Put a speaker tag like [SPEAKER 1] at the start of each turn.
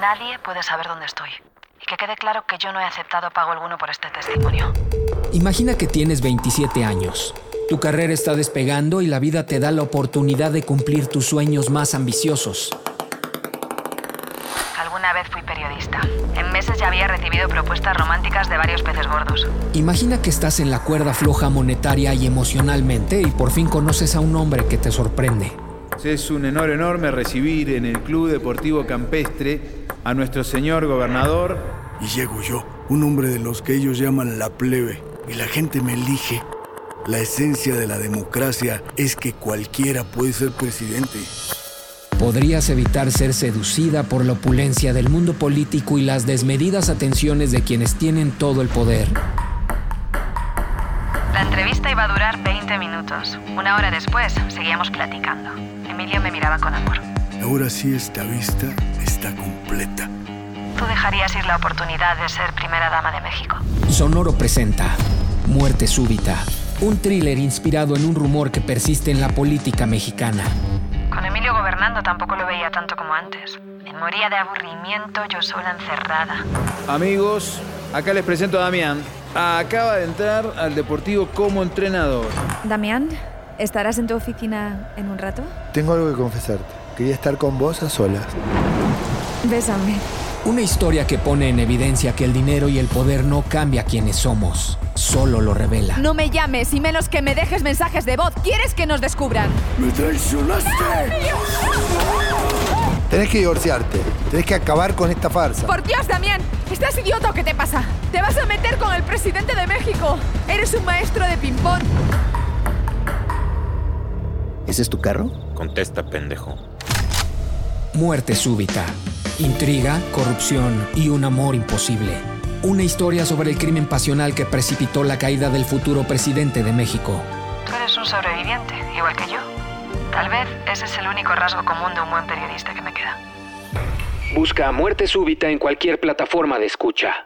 [SPEAKER 1] Nadie puede saber dónde estoy. Y que quede claro que yo no he aceptado pago alguno por este testimonio.
[SPEAKER 2] Imagina que tienes 27 años. Tu carrera está despegando y la vida te da la oportunidad de cumplir tus sueños más ambiciosos.
[SPEAKER 1] Alguna vez fui periodista. En meses ya había recibido propuestas románticas de varios peces gordos.
[SPEAKER 2] Imagina que estás en la cuerda floja monetaria y emocionalmente y por fin conoces a un hombre que te sorprende.
[SPEAKER 3] Es un honor enorme recibir en el Club Deportivo Campestre a nuestro señor gobernador.
[SPEAKER 4] Y llego yo, un hombre de los que ellos llaman la plebe, y la gente me elige. La esencia de la democracia es que cualquiera puede ser presidente.
[SPEAKER 2] Podrías evitar ser seducida por la opulencia del mundo político y las desmedidas atenciones de quienes tienen todo el poder.
[SPEAKER 1] La entrevista iba a durar 20 minutos. Una hora después seguíamos platicando. Emilio me miraba con amor.
[SPEAKER 4] Ahora sí esta vista está completa.
[SPEAKER 1] Tú dejarías ir la oportunidad de ser primera dama de México.
[SPEAKER 2] Sonoro presenta Muerte Súbita, un thriller inspirado en un rumor que persiste en la política mexicana.
[SPEAKER 1] Con Emilio gobernando tampoco lo veía tanto como antes. Me moría de aburrimiento yo sola encerrada.
[SPEAKER 3] Amigos, acá les presento a Damián. Acaba de entrar al Deportivo como entrenador.
[SPEAKER 5] Damián, ¿estarás en tu oficina en un rato?
[SPEAKER 6] Tengo algo que confesarte. Quería estar con vos a solas.
[SPEAKER 5] Bésame.
[SPEAKER 2] Una historia que pone en evidencia que el dinero y el poder no cambia quienes somos, solo lo revela.
[SPEAKER 7] No me llames y menos que me dejes mensajes de voz. ¿Quieres que nos descubran?
[SPEAKER 4] ¡Me traicionaste!
[SPEAKER 6] Tenés que divorciarte. Tenés que acabar con esta farsa.
[SPEAKER 7] Por Dios, Damián, ¿estás idiota o qué te pasa? Te vas a meter con el presidente de México. Eres un maestro de ping-pong.
[SPEAKER 8] ¿Ese es tu carro?
[SPEAKER 9] Contesta, pendejo.
[SPEAKER 2] Muerte súbita. Intriga, corrupción y un amor imposible. Una historia sobre el crimen pasional que precipitó la caída del futuro presidente de México.
[SPEAKER 1] Tú eres un sobreviviente, igual que yo. Tal vez ese es el único rasgo común de un buen periodista que me queda.
[SPEAKER 2] Busca Muerte Súbita en cualquier plataforma de escucha.